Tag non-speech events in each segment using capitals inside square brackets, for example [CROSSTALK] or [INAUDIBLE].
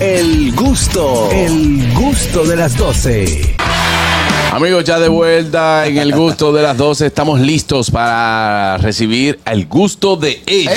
El gusto, el gusto de las 12. Amigos, ya de vuelta en el gusto de las 12, estamos listos para recibir el gusto de ella.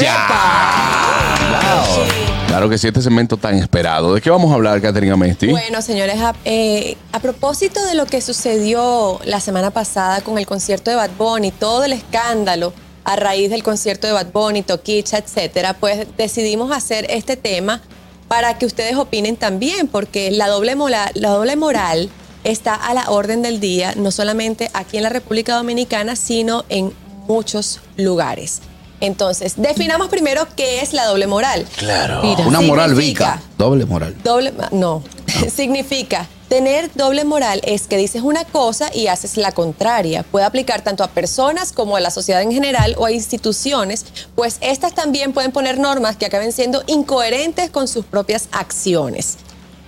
Claro. Claro que sí, este segmento tan esperado. ¿De qué vamos a hablar, Caterina Mesti? Bueno, señores, a, eh, a propósito de lo que sucedió la semana pasada con el concierto de Bad Bunny, todo el escándalo a raíz del concierto de Bad Bunny, Toquicha, etcétera, pues decidimos hacer este tema para que ustedes opinen también, porque la doble, mola- la doble moral está a la orden del día, no solamente aquí en la República Dominicana, sino en muchos lugares. Entonces, definamos primero qué es la doble moral. Claro. Mira, Una moral significa- vica. Doble moral. Doble, no, [LAUGHS] significa tener doble moral es que dices una cosa y haces la contraria. Puede aplicar tanto a personas como a la sociedad en general o a instituciones, pues estas también pueden poner normas que acaben siendo incoherentes con sus propias acciones.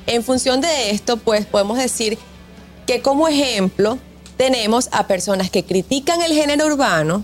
En función de esto, pues podemos decir que como ejemplo tenemos a personas que critican el género urbano,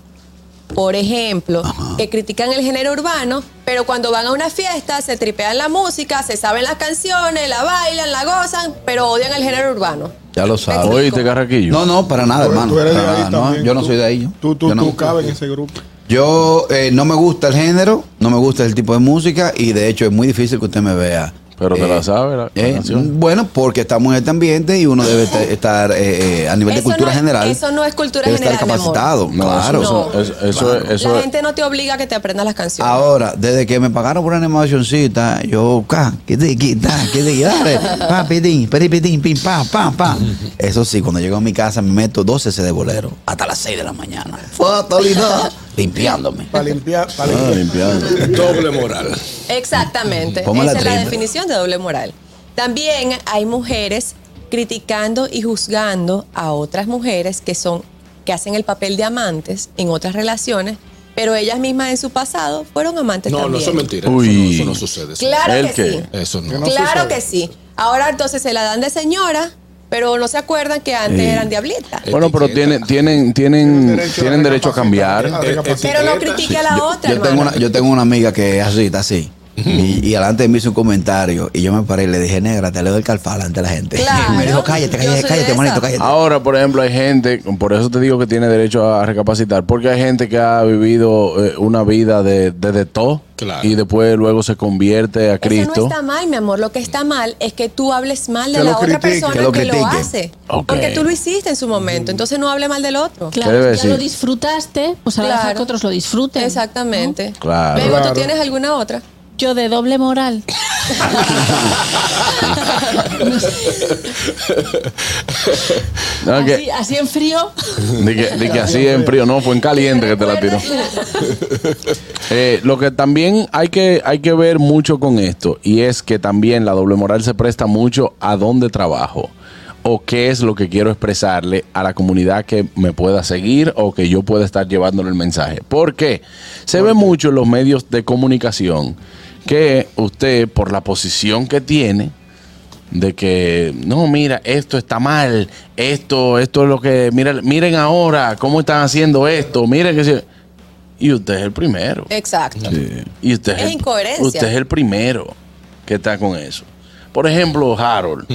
por ejemplo, que critican el género urbano, pero cuando van a una fiesta se tripean la música, se saben las canciones, la bailan, la gozan, pero odian el género urbano. Ya lo sabes. Oíste, Carraquillo. No, no, para nada, Pero Ah, hermano. tú eres de para ahí nada, no, también, Ah, yo no tú- soy de ahí. yo. Tú, tú, yo no, tú cabes en ese grupo. Yo eh, no me gusta el género, no me gusta el tipo de música y de hecho es muy difícil que usted me vea. Eh, Pero te la sabe la- la canción. bueno, porque estamos en este ambiente y uno debe [LAUGHS] te- estar eh, eh, a nivel de Eso cultura no es- general. eso no es cultura debe general, Estar mi amor. capacitado, No, claro. Eso, eso, eso, Claro. eso la es- gente no te obliga a que te aprendas las canciones. Ahora, desde que me pagaron por una animacioncita, yo, ca, que te quita, que [LAUGHS] te dale, pa, pitín, peri, pitín, pim, pa, pa, pa. Eso sí, cuando llego a mi casa me meto 12 C de bolero hasta las 6 de la mañana. Fatalidad. [LAUGHS] Limpiándome. Para limpiar. Para Ah, limpiar. limpiando. Doble moral. Exactamente. Ponme Esa la es la trima. definición de doble moral. También hay mujeres criticando y juzgando a otras mujeres que son que hacen el papel de amantes en otras relaciones, pero ellas mismas en su pasado fueron amantes No, no, también. eso es mentira. Eso Uy. no, eso no sucede. eso Claro ¿El que qué? sí. no. Eso Que no. no Claro sucede. que sí. Ahora entonces se la dan de señora, pero no se acuerdan que antes Sí. eran diablitas. Eh, Bueno, pero tienen, tienen, Tienen mm, tienen, derecho a tienen derecho a recapacitar, cambiar. Eh, a recapacitar. eh, Pero no critique a la otra. Yo tengo, hermano. una, yo tengo una amiga que es así, está así. Y, y adelante me hizo un comentario y yo me paré y le dije, negra, te le doy el calfal ante la gente. [LAUGHS] Claro. me dijo, Yo cállate, soy cállate, de cállate, esa. manito, cállate. Ahora, por ejemplo, hay gente, por eso te digo que tiene derecho a recapacitar, porque hay gente que ha vivido eh, una vida de, de, de todo Claro. y después luego se convierte Eso a no Cristo. está mal, mi amor. Lo que está mal es que tú hables mal de Que la lo otra critique, persona que que lo, lo critique. hace. Ok. Porque tú lo hiciste en su momento. Entonces no hable mal del otro. ¿Qué debe Claro, si ya decir? lo disfrutaste, pues ahora Claro. deja que otros lo disfruten. Exactamente. Claro. Bego, ¿tú Claro. tienes alguna otra? ¿no? Yo de doble moral. Ah, que- Así, así en frío. De que, de que así en frío, no, fue en caliente que te la tiró. Eh, lo que también hay que, hay que ver mucho con esto, y es que también la doble moral se presta mucho a dónde trabajo o qué es lo que quiero expresarle a la comunidad que me pueda seguir o que yo pueda estar llevándole el mensaje. ¿Por qué? Se ve mucho en los medios de comunicación que usted, por la posición que tiene, de que no mira esto está mal esto esto es lo que mira miren ahora cómo están haciendo esto miren que se- y usted es el primero [LAUGHS] Exacto. Eh, y usted es, Es el- incoherencia. usted es el primero que está con eso por ejemplo [LAUGHS] Harold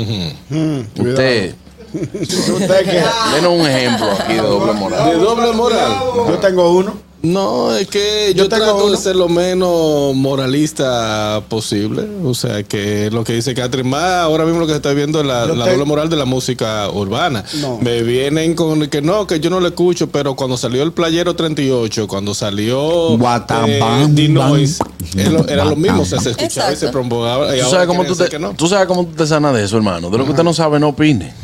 usted Mm, ¿Usted qué? denos un ejemplo aquí de [LAUGHS] doble De moral doble moral. Yo tengo uno. No, es que yo, Yo tengo trato uno. de ser lo menos moralista posible. O sea, que lo que dice Catherine, más ahora mismo lo que se está viendo es la, Yo la te- doble moral de la música urbana. No. Me vienen con que no, que yo no lo escucho, pero cuando salió el Playero 38, cuando salió Guatabam, The bam. Noise, era lo- era lo mismo. O sea, se escuchaba Exacto. y se promulgaba. Y ¿Tú ahora sabes, cómo quieren tú, decir te, que no. tú sabes cómo tú te sanas de eso hermano de lo que usted no sabe no opine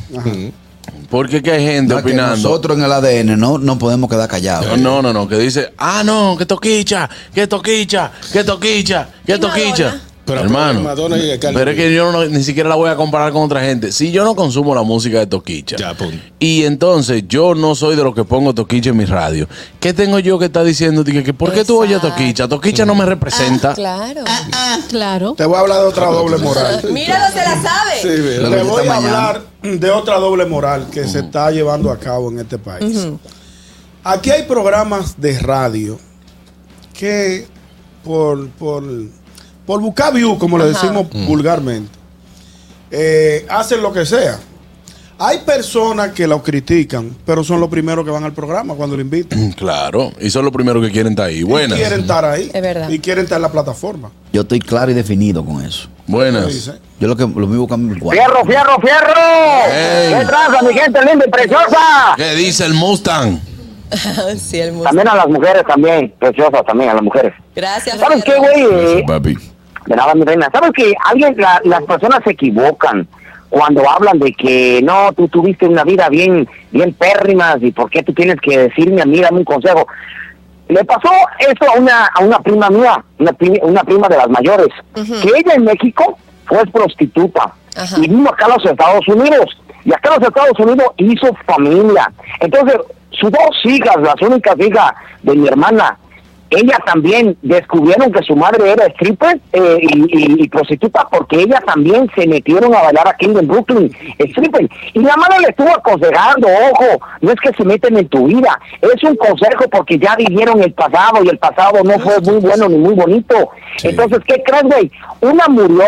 porque que hay gente No, es que opinando nosotros en el ADN no, no podemos quedar callados. No, no, no, que dice, ah, no, que toquicha, que toquicha, que toquicha, que Y toquicha. Madonna. Pero, Hermano, pero Madonna y Cardi pero es B. que yo no- ni siquiera la voy a comparar con otra gente. Si yo no consumo la música de Toquicha, Ya, punto. y entonces yo no soy de los que pongo Toquicha en mi radio, ¿qué tengo yo que está diciendo? Dije, que, ¿Por qué tú oyes Exacto. Toquicha? Toquicha no me representa. Ah, claro. Claro. Te voy a hablar de otra doble moral. [LAUGHS] Míralo, se la sabe. [LAUGHS] Sí, mira. Lo que Te está voy a mañana. hablar de otra doble moral que se está llevando a cabo en este país. Aquí hay programas de radio que por, por, por buscar view, como le Ajá. decimos vulgarmente, eh, hacen lo que sea. Hay personas que lo critican, pero son los primeros que van al programa cuando lo invitan. Mm, Claro, y son los primeros que quieren estar ahí. Y quieren Buenas. estar ahí. Es verdad. Y quieren estar en la plataforma. Yo estoy claro y definido con eso. Lo Buenas. dice. Yo lo que lo mismo que a mi cuarto. ¡Fierro, fierro, fierro! Ey. ¿Qué traza, mi gente linda y preciosa? ¿Qué dice el Mustang? Ah, sí, el mundo. También a las mujeres, también. Preciosas también, a las mujeres. Gracias. ¿Sabes qué, Fierro. güey? Papi. De nada, mi reina. ¿Sabes qué? Alguien, la- las personas se equivocan cuando hablan de que no, tú tuviste una vida bien, bien pérrimas y por qué tú tienes que decirme a mí, dame un consejo. Le pasó eso a una, a una prima mía, una, pri- una prima de las mayores, que ella en México fue prostituta Ajá. y vino acá a los Estados Unidos. Y acá en los Estados Unidos hizo familia. Entonces, sus dos hijas, las únicas hijas de mi hermana, ella también descubrieron que su madre era stripper eh, y, y- y prostituta porque ella también se metieron a bailar aquí en Brooklyn, stripper. Y la madre le estuvo aconsejando, ojo, no es que se meten en tu vida, es un consejo porque ya vivieron el pasado y el pasado no fue muy bueno ni muy bonito. Entonces, ¿qué crees, güey? Una murió,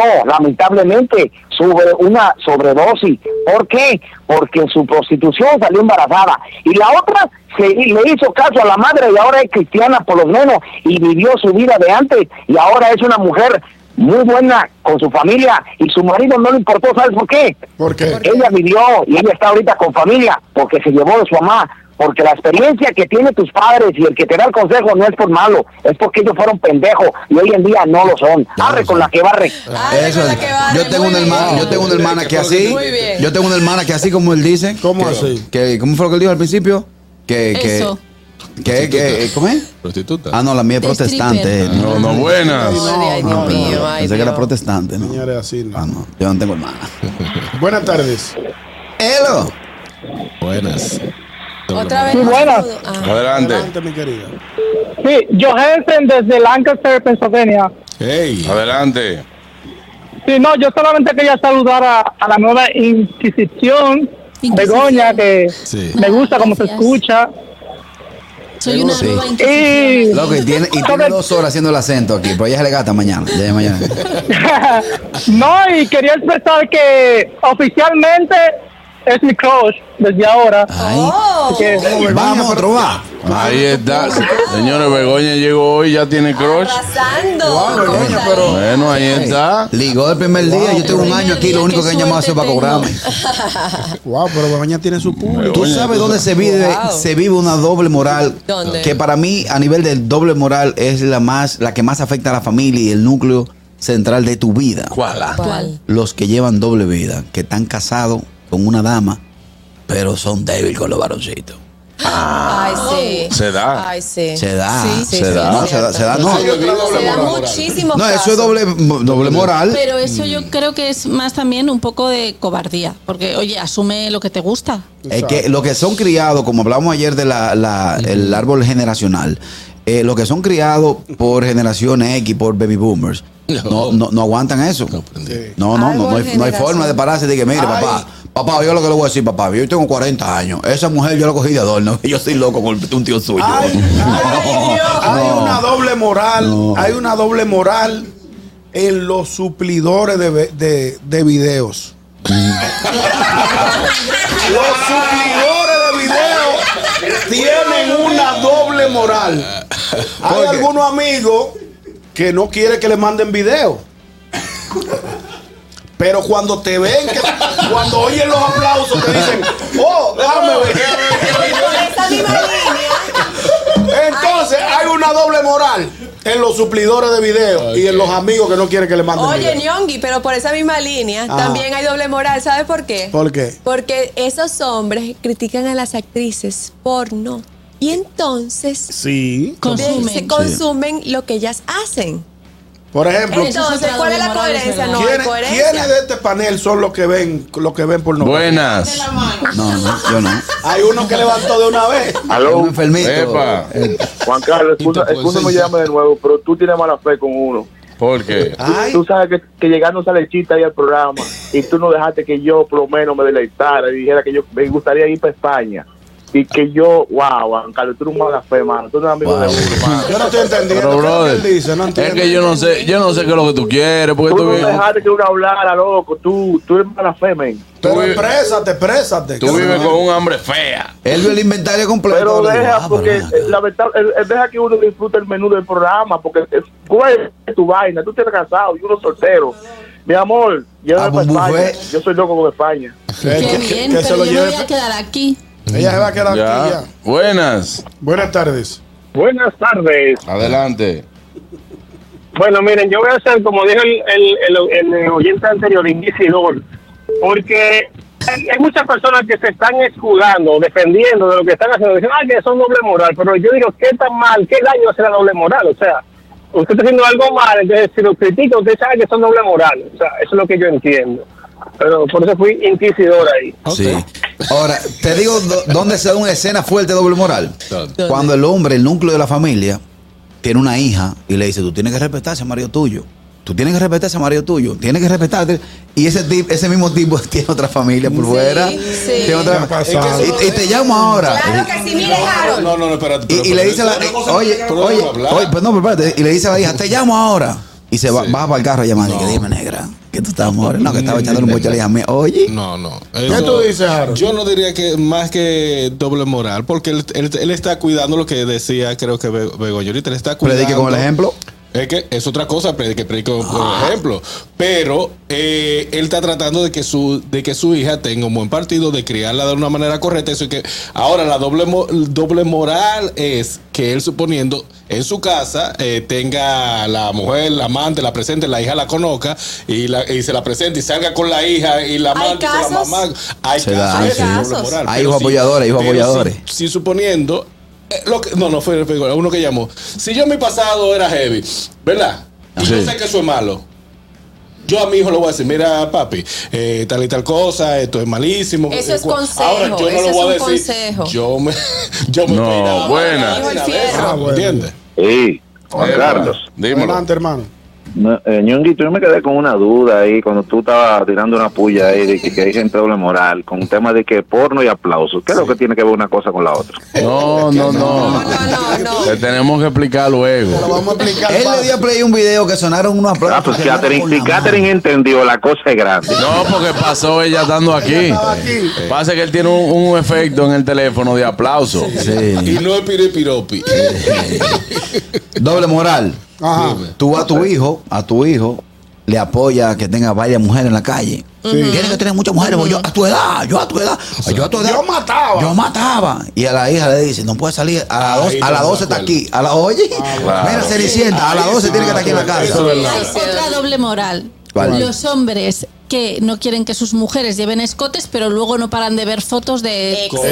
lamentablemente, sobre una sobredosis. ¿Por qué? Porque en su prostitución salió embarazada. Y la otra se, le hizo caso a la madre y ahora es cristiana por lo menos y vivió su vida de antes y ahora es una mujer muy buena con su familia y su marido no le importó, ¿sabes por qué? Porque Ella vivió y ella está ahorita con familia porque se llevó de su mamá. Porque la experiencia que tienen tus padres y el que te da el consejo no es por malo, es porque ellos fueron pendejos y hoy en día no lo son. Arre con la que barre. Ay, Eso con Ah, la es. que barre, yo tengo muy una hermana, bien. yo tengo una hermana que así, Muy bien. yo tengo una hermana que así como él dice, ¿Cómo que- así? que cómo fue lo que él dijo al principio? Que Eso. que que, que ¿cómo es? Prostituta. Ah, no, la mía es De protestante. stripper. No, no, buenas. Ay, ay, No, Dios perdón, mío, ay, pensé que era Dios. protestante, ¿no? señores, así no. Ah, no, yo no tengo hermana. Buenas tardes. Hello. Buenas. Otra vez. Sí, buenas. Ah, Adelante. Adelante, mi querida. Sí, Johansen desde Lancaster, Pennsylvania. Hey. Adelante. Sí, no, yo solamente quería saludar a, a la nueva Inquisición, Inquisición. Begoña, que Sí. me gusta cómo se Gracias. escucha. Soy una Sí. nueva Y, inquisición. Loco, y tiene, y tiene dos horas haciendo el acento aquí, pero ella se le gata mañana. Ya es mañana. [LAUGHS] no, y quería expresar que oficialmente es mi crush desde ahora. Ahí. Que- Vamos, otro va. Ahí está. Señores, Begoña llegó hoy, ya tiene crush. Arrasando. Wow, ¿Cómo Begoña, está? pero- Bueno, ahí está. Ligó el primer día, yo tengo un año aquí, lo único que han llamado ha sido para cobrarme. Wow, pero Begoña tiene su público. Tú Begoña, sabes dónde se vive, Wow. se vive una doble moral ¿Dónde? que para mí a nivel del doble moral es la más, la que más afecta a la familia y el núcleo central de tu vida. ¿Cuál? ¿Cuál? Los que llevan doble vida, que están casados con una dama, pero son débiles con los varoncitos. Ay, sí. Se Ah, da. Ay, sí. Se da, Sí, sí, se sí, da. es No, se cierto. da- se da, no. Se Hay otra doble da moral. muchísimos No, eso casos. es doble, doble moral. Pero eso yo creo que es más también un poco de cobardía. Porque, oye, asume lo que te gusta. Es que los que son criados, como hablamos ayer del el árbol generacional, eh, los que son criados por generación X, por baby boomers, no, no, no aguantan eso. aprendí. No, no, no, no, hay, no hay Árbol forma de pararse y de que, mire, papá, papá, yo lo que le voy a decir, papá, yo tengo 40 años, esa mujer yo la cogí de adorno, [LAUGHS] yo soy loco con un tío suyo. Hay, hay- hay una doble moral, hay una doble moral en los suplidores de, ve- de- de videos. los suplidores de videos tienen una doble moral. Hay algunos amigos que no quieren que le manden video. Pero cuando te ven, que- cuando oyen los aplausos, te dicen, oh, déjame ver. Por esa misma línea. Entonces hay una doble moral en los suplidores de video y en los amigos que no quieren que le manden Oye, video. Nyongi, pero por esa misma línea Ah. también hay doble moral. ¿Sabes por qué? ¿Por qué? Porque esos hombres critican a las actrices porno y entonces Sí. de- se Consumen. consumen lo que ellas hacen. Por ejemplo, Eso es Entonces, otra ¿cuál es la doble moral, es coherencia? verdad. No hay ¿quiénes, coherencia. quiénes de este panel son los que ven los que ven por Buenas. No, no, yo no. Hay uno que levantó de una vez. Un Aló, enfermito. Epa. Juan Carlos, excusa, excusa me llame de nuevo, pero tú tienes mala fe con uno. ¿Por qué? Ay, Tú sabes que, que llegaron esa lechita ahí al programa y tú no dejaste que yo por lo menos me deleitara y dijera que yo me gustaría ir para España. y que yo, wow, Juan Carlos, tú eres un mala fe, mano. Tú eres un amigo de uno, mano. Yo no estoy entendiendo. Pero, ¿qué es lo que él brother, dice? No es entiendo. que yo no sé, yo no sé qué es lo que tú quieres, porque Tú tú no vives, dejaste que uno hablara, loco. Tú, tú eres mala fe, men. Pero exprésate, exprésate. tú vives con un hambre fea. Él vio el inventario completo. Pero le digo, deja, ah, pero porque ven acá. eh, la verdad, eh, eh, deja que uno disfrute el menú del programa, porque es güey, es tu vaina, tú estás casado y uno soltero. Mi amor, Ah, llévame para pues, España. buffet. Yo soy loco con España. Eh, Que- Qué que- bien, que se pero lo yo me lleve. voy a quedar aquí. Ella se va a quedar aquí Ya. ya. Buenas. Buenas tardes. Buenas tardes. Adelante. Bueno, miren, yo voy a hacer como dijo el, el- el- el oyente anterior, Inquisidor, porque hay hay muchas personas que se están escudando, defendiendo de lo que están haciendo, dicen, ah, que son doble moral, pero yo digo, ¿qué tan mal, qué daño hace la doble moral? O sea, usted está haciendo algo mal, entonces si lo critica, usted sabe que son doble moral, o sea, eso es lo que yo entiendo. Pero por eso fui inquisidor ahí. Sí. Ahora, te digo do- dónde se da una escena fuerte de doble moral. ¿Dónde? Cuando el hombre, el núcleo de la familia, tiene una hija y le dice, tú tienes que respetar a ese marido tuyo. Tú tienes que respetar a ese marido tuyo. Tienes que respetarte. Y ese tip, ese mismo tipo [LAUGHS] tiene otra familia por fuera. sí. Tiene otra- Ya ha pasado. y, y te llamo ahora. Claro que sí, mire, No, Harold. no, no, espérate. Y, pero- y le pero- dice a la pero- oye, pero oye, déjame hablar. oye, pues no, pero espérate. Y le dice a la hija, te llamo ahora. Y se va, baja para el carro a llamar. Y que dime, negra, que tú estabas morena. No, que estaba echándole [LAUGHS] un boche a la hija mía. Oye. No, no. ¿Qué tú dices, Harold? Yo no diría que más que doble moral, porque él, él- él está cuidando lo que decía, creo que Be- Begoña ahorita. Él está cuidando. Predique con el ejemplo. Es que es otra cosa, pre- que predico Ah. por ejemplo. Pero eh, él está tratando de que su de que su hija tenga un buen partido, de criarla de una manera correcta. Eso es que ahora la doble mo- doble moral es que él suponiendo en su casa eh, tenga la mujer, la amante, la presente, la hija la conozca y, la, y se la presente y salga con la hija y la Hay amante, con la casos. mamá. Hay Se da, casos, hay eso es casos. doble moral. Hay Pero hijos sí, apoyadores, hijos pero sí, apoyadores. si suponiendo. eh, lo que- no, no fue fue uno que llamó. Si yo en mi pasado era heavy, ¿verdad? Y yo Sí. sé que eso es malo. Yo a mi hijo le voy a decir, mira, papi, eh, tal y tal cosa, esto es malísimo. Eh, Eso es Cu- consejo, eso es un consejo. Yo me, [LAUGHS] yo me No, peinaba buena. para Hijo el la fierro. cabeza, Ah, bueno. ¿Entiendes? Sí, Juan Eh, Carlos. Dímelo. Adelante, hermano. No, eh, Ñonguito, yo me quedé con una duda ahí cuando tú estabas tirando una puya ahí de que, que hay gente doble moral con un tema de que porno y aplausos. ¿Qué es lo que tiene que ver una cosa con la otra? No, no, no. No, no, no. Te tenemos que explicar Te lo luego. vamos a explicar. Él le padre. dio a play un video que sonaron unos aplausos. Ah, pues que Catherine, sonaron si con la Catherine mano. entendió, la cosa es grande. No, porque pasó ella estando aquí. estaba aquí. Pasa que él tiene un, un efecto en el teléfono de aplauso. Y Sí. no es piripiropi. Doble moral. Ajá. Tú a tu hijo, a tu hijo, le apoya que tenga varias mujeres en la calle. Tiene que tener muchas mujeres, porque yo a tu edad, yo a tu edad, yo a tu edad. Yo mataba. Yo mataba. Y a la hija le dice, no puede salir, a las dos- Ahí a las no 12 me está acuerdo. aquí. A las oye, claro. mira Cenicienta, a las 12 tiene que estar aquí en la casa. Eso es Hay verdad. otra doble moral. ¿Cuál? Los hombres que no quieren que sus mujeres lleven escotes, pero luego no paran de ver fotos de. Exacto.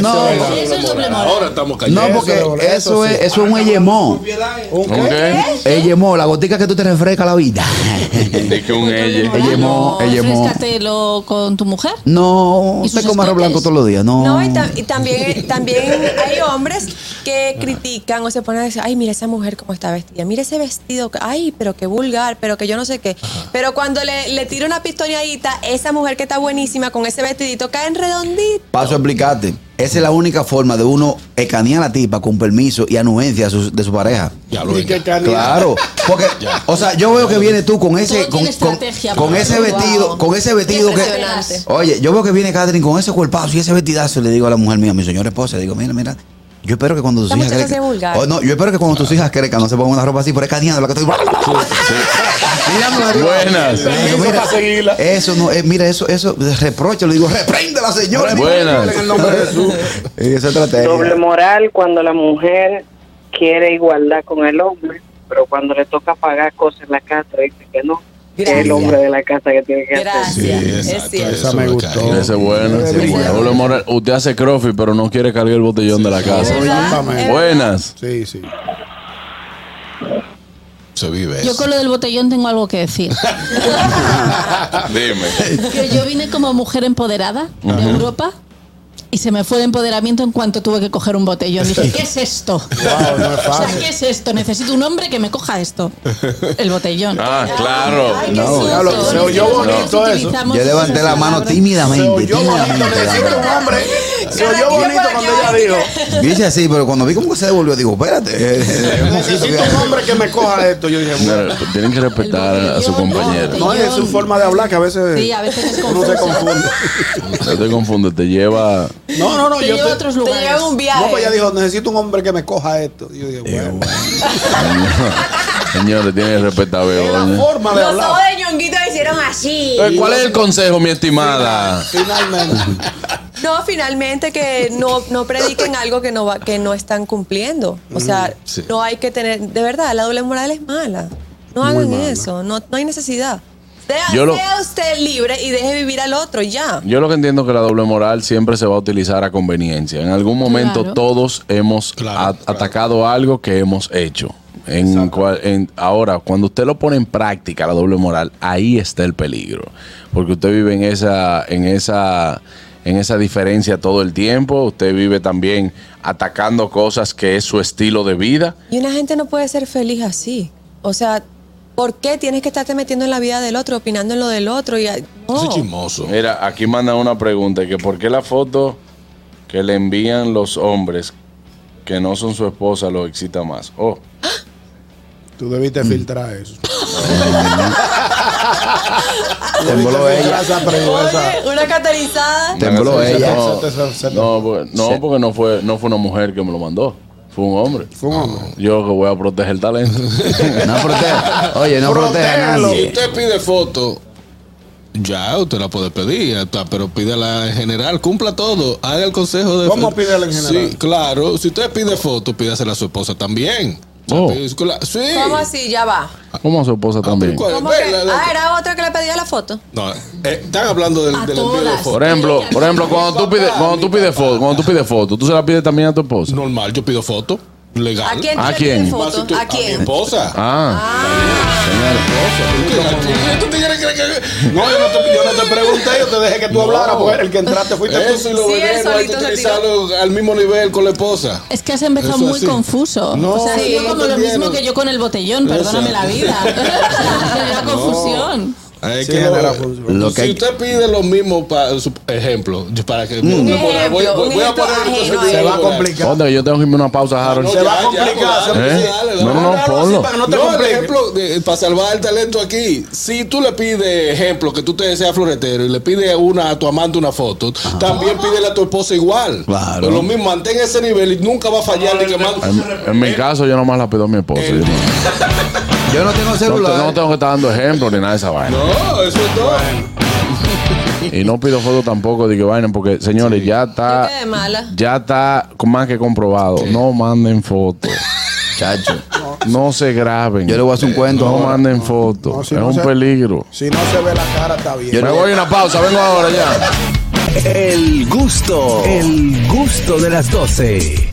No, eso es es doble doble moral. moral. Ahora estamos No, cayendo. porque Eso, eso, eso sí. es, eso es un eyemó. ¿Un ¿Un qué? qué? Eyemó, la gotica que tú te refresca la vida. Es que un ella. Ella llamó- ella llamó- Refrescatelo con tu mujer. No, ¿Y usted sus come arroz escotes? blanco todos los días, no. No, y, tam- y [LAUGHS] también, también hay hombres que critican o se ponen a decir, ay, mira esa mujer cómo está vestida, mira ese vestido, que- ay, pero qué vulgar, pero que yo no sé qué. Pero cuando le, le tira una pistoneadita, esa mujer que está buenísima con ese vestidito cae en redondito. Paso a explicarte. Esa es la única forma de uno escanear a la tipa con permiso y anuencia a su- de su pareja. Ya lo Y que venga. canea. Claro, porque, o sea, yo veo que viene tú con ese, Todo con, tiene con- estrategia, con Pablo, ese wow. vestido, con ese vestido que, Impresionante. oye, yo veo que viene Catherine con ese cuerpazo y ese vestidazo, y le digo a la mujer mía, a mi señora esposa, le digo, mira, mira, yo espero que cuando tus Esta hijas muchacha crezcan, sea vulgar. Oh, no, yo espero que cuando tus hijas crezcan no se pongan una ropa así, por escaneando la que estoy, [LAUGHS] Mirándola arriba. Buenas. Le digo, Permiso mira, para seguirla. eso no, eh, mira, eso, eso, reproche, le digo, reprende la señora. Buenas. En el nombre de Jesús. Y esa estrategia. Doble moral cuando la mujer quiere igualdad con el hombre, pero cuando le toca pagar cosas en la casa dice que no. que es el Gracias. hombre de la casa que tiene que hacer. Este Sí, Gracias. es exacto, cierto. Esa me lo gustó. cayó. Ese es bueno. Ese es bueno. Doble moral. Usted hace crossfit, pero no quiere cargar el botellón de la casa. Exactamente. Buenas. Sí, sí. Se vive Yo eso. con lo del botellón tengo algo que decir. [LAUGHS] Dime. que yo vine como mujer empoderada de Europa y se me fue el empoderamiento en cuanto tuve que coger un botellón. Dije, ¿qué es esto? Wow, no es O sea, fácil. ¿qué es esto? Necesito un hombre que me coja esto. El botellón. Ah, claro. Ay, qué No, susto. diablo, se oyó bonito eso. Yo levanté la mano tímida Se tímidamente. oyó bonito. tímidamente, Necesito levanté. un hombre Se oyó bonito cuando ella dijo. Dice así, pero cuando vi cómo que se devolvió, digo, eh, Necesito un espérate. hombre que me coja esto. Yo dije, bueno. Mira, Tienen que respetar a su compañero. No, es su forma de hablar que a veces. Sí, a veces es [LAUGHS] Uno se confunde. No te confundes, te lleva. No, no, no. Te yo lleva a otros lugares. Te lleva a un viaje. No, pues ella dijo, necesito un hombre que me coja esto. Yo dije, bueno. Señores, tienen que respetar a Begoña. Forma de Los hablar. ojos de ñonguito le hicieron así. Entonces, ¿Cuál es el consejo, mi estimada? Finalmente. No, finalmente que no, no prediquen algo que no, va, que no están cumpliendo. O sea, Mm, sí. no hay que tener, de verdad, la doble moral es mala. No Muy hagan mala. eso, no, no hay necesidad. Sea, Yo lo- sea usted libre y deje vivir al otro ya. Yo lo que entiendo es que la doble moral siempre se va a utilizar a conveniencia. En algún momento Claro. todos hemos a- atacado algo que hemos hecho. En cual- en- ahora, cuando usted lo pone en práctica, la doble moral, ahí está el peligro. Porque usted vive en esa, en esa, en esa diferencia todo el tiempo. Usted vive también atacando cosas que es su estilo de vida. Y una gente no puede ser feliz así. O sea, ¿por qué tienes que estarte metiendo en la vida del otro, opinando en lo del otro? Y, no. chismoso. Mira, aquí manda una pregunta, que por qué la foto que le envían los hombres que no son su esposa lo excita más. Oh. Tú debiste filtrar eso. Tembló ella. Esa pregunta. Oye, una caterizada. Tembló No, ella. No, no, porque, no, porque no fue, no fue una mujer que me lo mandó. Fue un hombre. Fue un hombre. Yo que voy a proteger el talento. No protege. Oye, no protege a Protéjalo. Si nadie. usted pide foto, ya usted la puede pedir, ya está, pero pídala en general, cumpla todo, haga el consejo de ¿Cómo pídela en general? Sí, claro, si usted pide foto, pídasela a su esposa también. Oh. O sea, pídesela- Sí. Ah, ¿Cómo así? Ya va. ¿Cómo a su esposa también? ¿Cuál? ¿Cómo Ve, que? la- la- Ah, era otra que le pedía la foto. No, eh, están hablando del, A del envío de todas. foto. Por ejemplo, por ejemplo, cuando tú pides, cuando tú pides foto, cuando tú pides foto, tú se la pides también a tu esposa. Normal, yo pido foto. Legal. ¿A quién tú ¿A le quién? pides Más si foto? tú- ¿A mi quién? esposa. Ah, ¿Tú te crees que- que- que- No, yo no, te, yo no Eh, te pregunté, yo te dejé que tú hablaras, porque el que entraste fuiste tú. Eso y lo Sí, él veneno hay que solito se utilizarlo al mismo nivel con la esposa. Es que has empezado Eso muy así. confuso. No, o sea, ha sí, sido no como lo entendieron. mismo que yo con el botellón, Eso. perdóname la [LAUGHS] vida. [LAUGHS] Genera confusión. Es Sí, que genera eh, lo- confusión. Lo que si hay- usted pide lo mismo, para su ejemplo, yo para que voy, a poner- voy- Mm. Ejemplo, voy- voy a un ejemplo poner entonces ajeno el Se va a celular. complicar. Hombre, yo tengo que irme a una pausa, Harold. No, Se va a ya, ya, complicar, pues, se- dale, ¿Eh? dale, No, no, dale. no, ponlo. para que no te No, el compliques. ejemplo, de- eh, para salvar el talento aquí, si tú le pides, ejemplo, que tú te deseas floretero y le pides una, a tu amante una foto, también pídele a tu esposa igual. Claro. Pero lo mismo, mantén ese nivel y nunca va a fallar. de que man- En, en mi caso, yo nomás la pido a mi esposa. Yo no- Yo no tengo no, te- celular. no tengo que estar dando ejemplo ni nada de esa vaina. No, Oh, eso es todo. Y no pido foto tampoco de que vaina, porque señores, ya está. Yo quedé mala. Ya está con- más que comprobado. No manden fotos. [LAUGHS] Chacho. No se graben. Yo le voy a hacer un cuento No ahora. manden fotos. No, si es no un se- peligro. Si no se ve la cara, está bien. Yo Me no- voy a una pausa, vengo ahora ya. El gusto, el gusto de las 12.